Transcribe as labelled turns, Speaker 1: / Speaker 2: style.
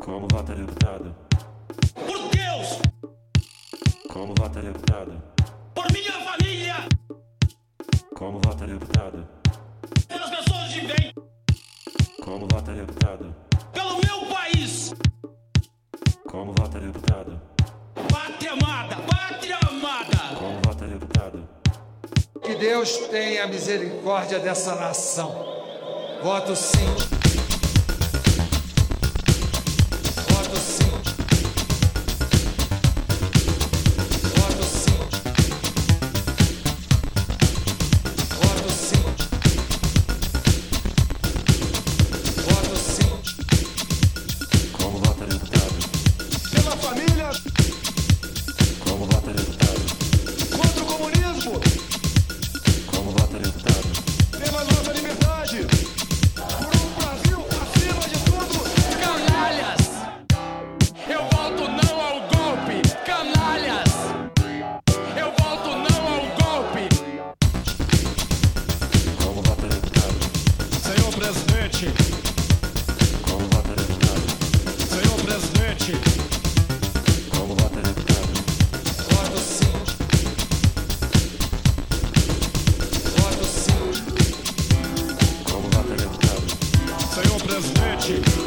Speaker 1: Como votar deputado?
Speaker 2: Por Deus!
Speaker 1: Como votar deputado?
Speaker 2: Por minha família!
Speaker 1: Como votar deputado?
Speaker 2: Pelas pessoas de bem!
Speaker 1: Como votar deputado?
Speaker 2: Pelo meu país!
Speaker 1: Como votar deputado?
Speaker 2: Pátria amada! Pátria amada!
Speaker 1: Como votar deputado?
Speaker 3: Que Deus tenha misericórdia dessa nação. Voto sim. Voto sim. Voto sim. Voto sim. Voto sim.
Speaker 1: Como votar deputado?
Speaker 4: Pela família,
Speaker 1: Como votar deputado?
Speaker 4: contra o comunismo,
Speaker 1: Como votar deputado?
Speaker 4: pela nossa liberdade, por um Brasil acima de tudo.
Speaker 5: Canalhas! Eu volto não ao golpe! Canalhas! Eu volto não ao golpe!
Speaker 1: Como votar deputado?
Speaker 4: Senhor presidente,
Speaker 1: Como votar deputado?
Speaker 4: senhor presidente,
Speaker 1: Como votar deputado?
Speaker 3: Voto sim. Voto sim.
Speaker 1: Como votar deputado?
Speaker 4: senhor presidente,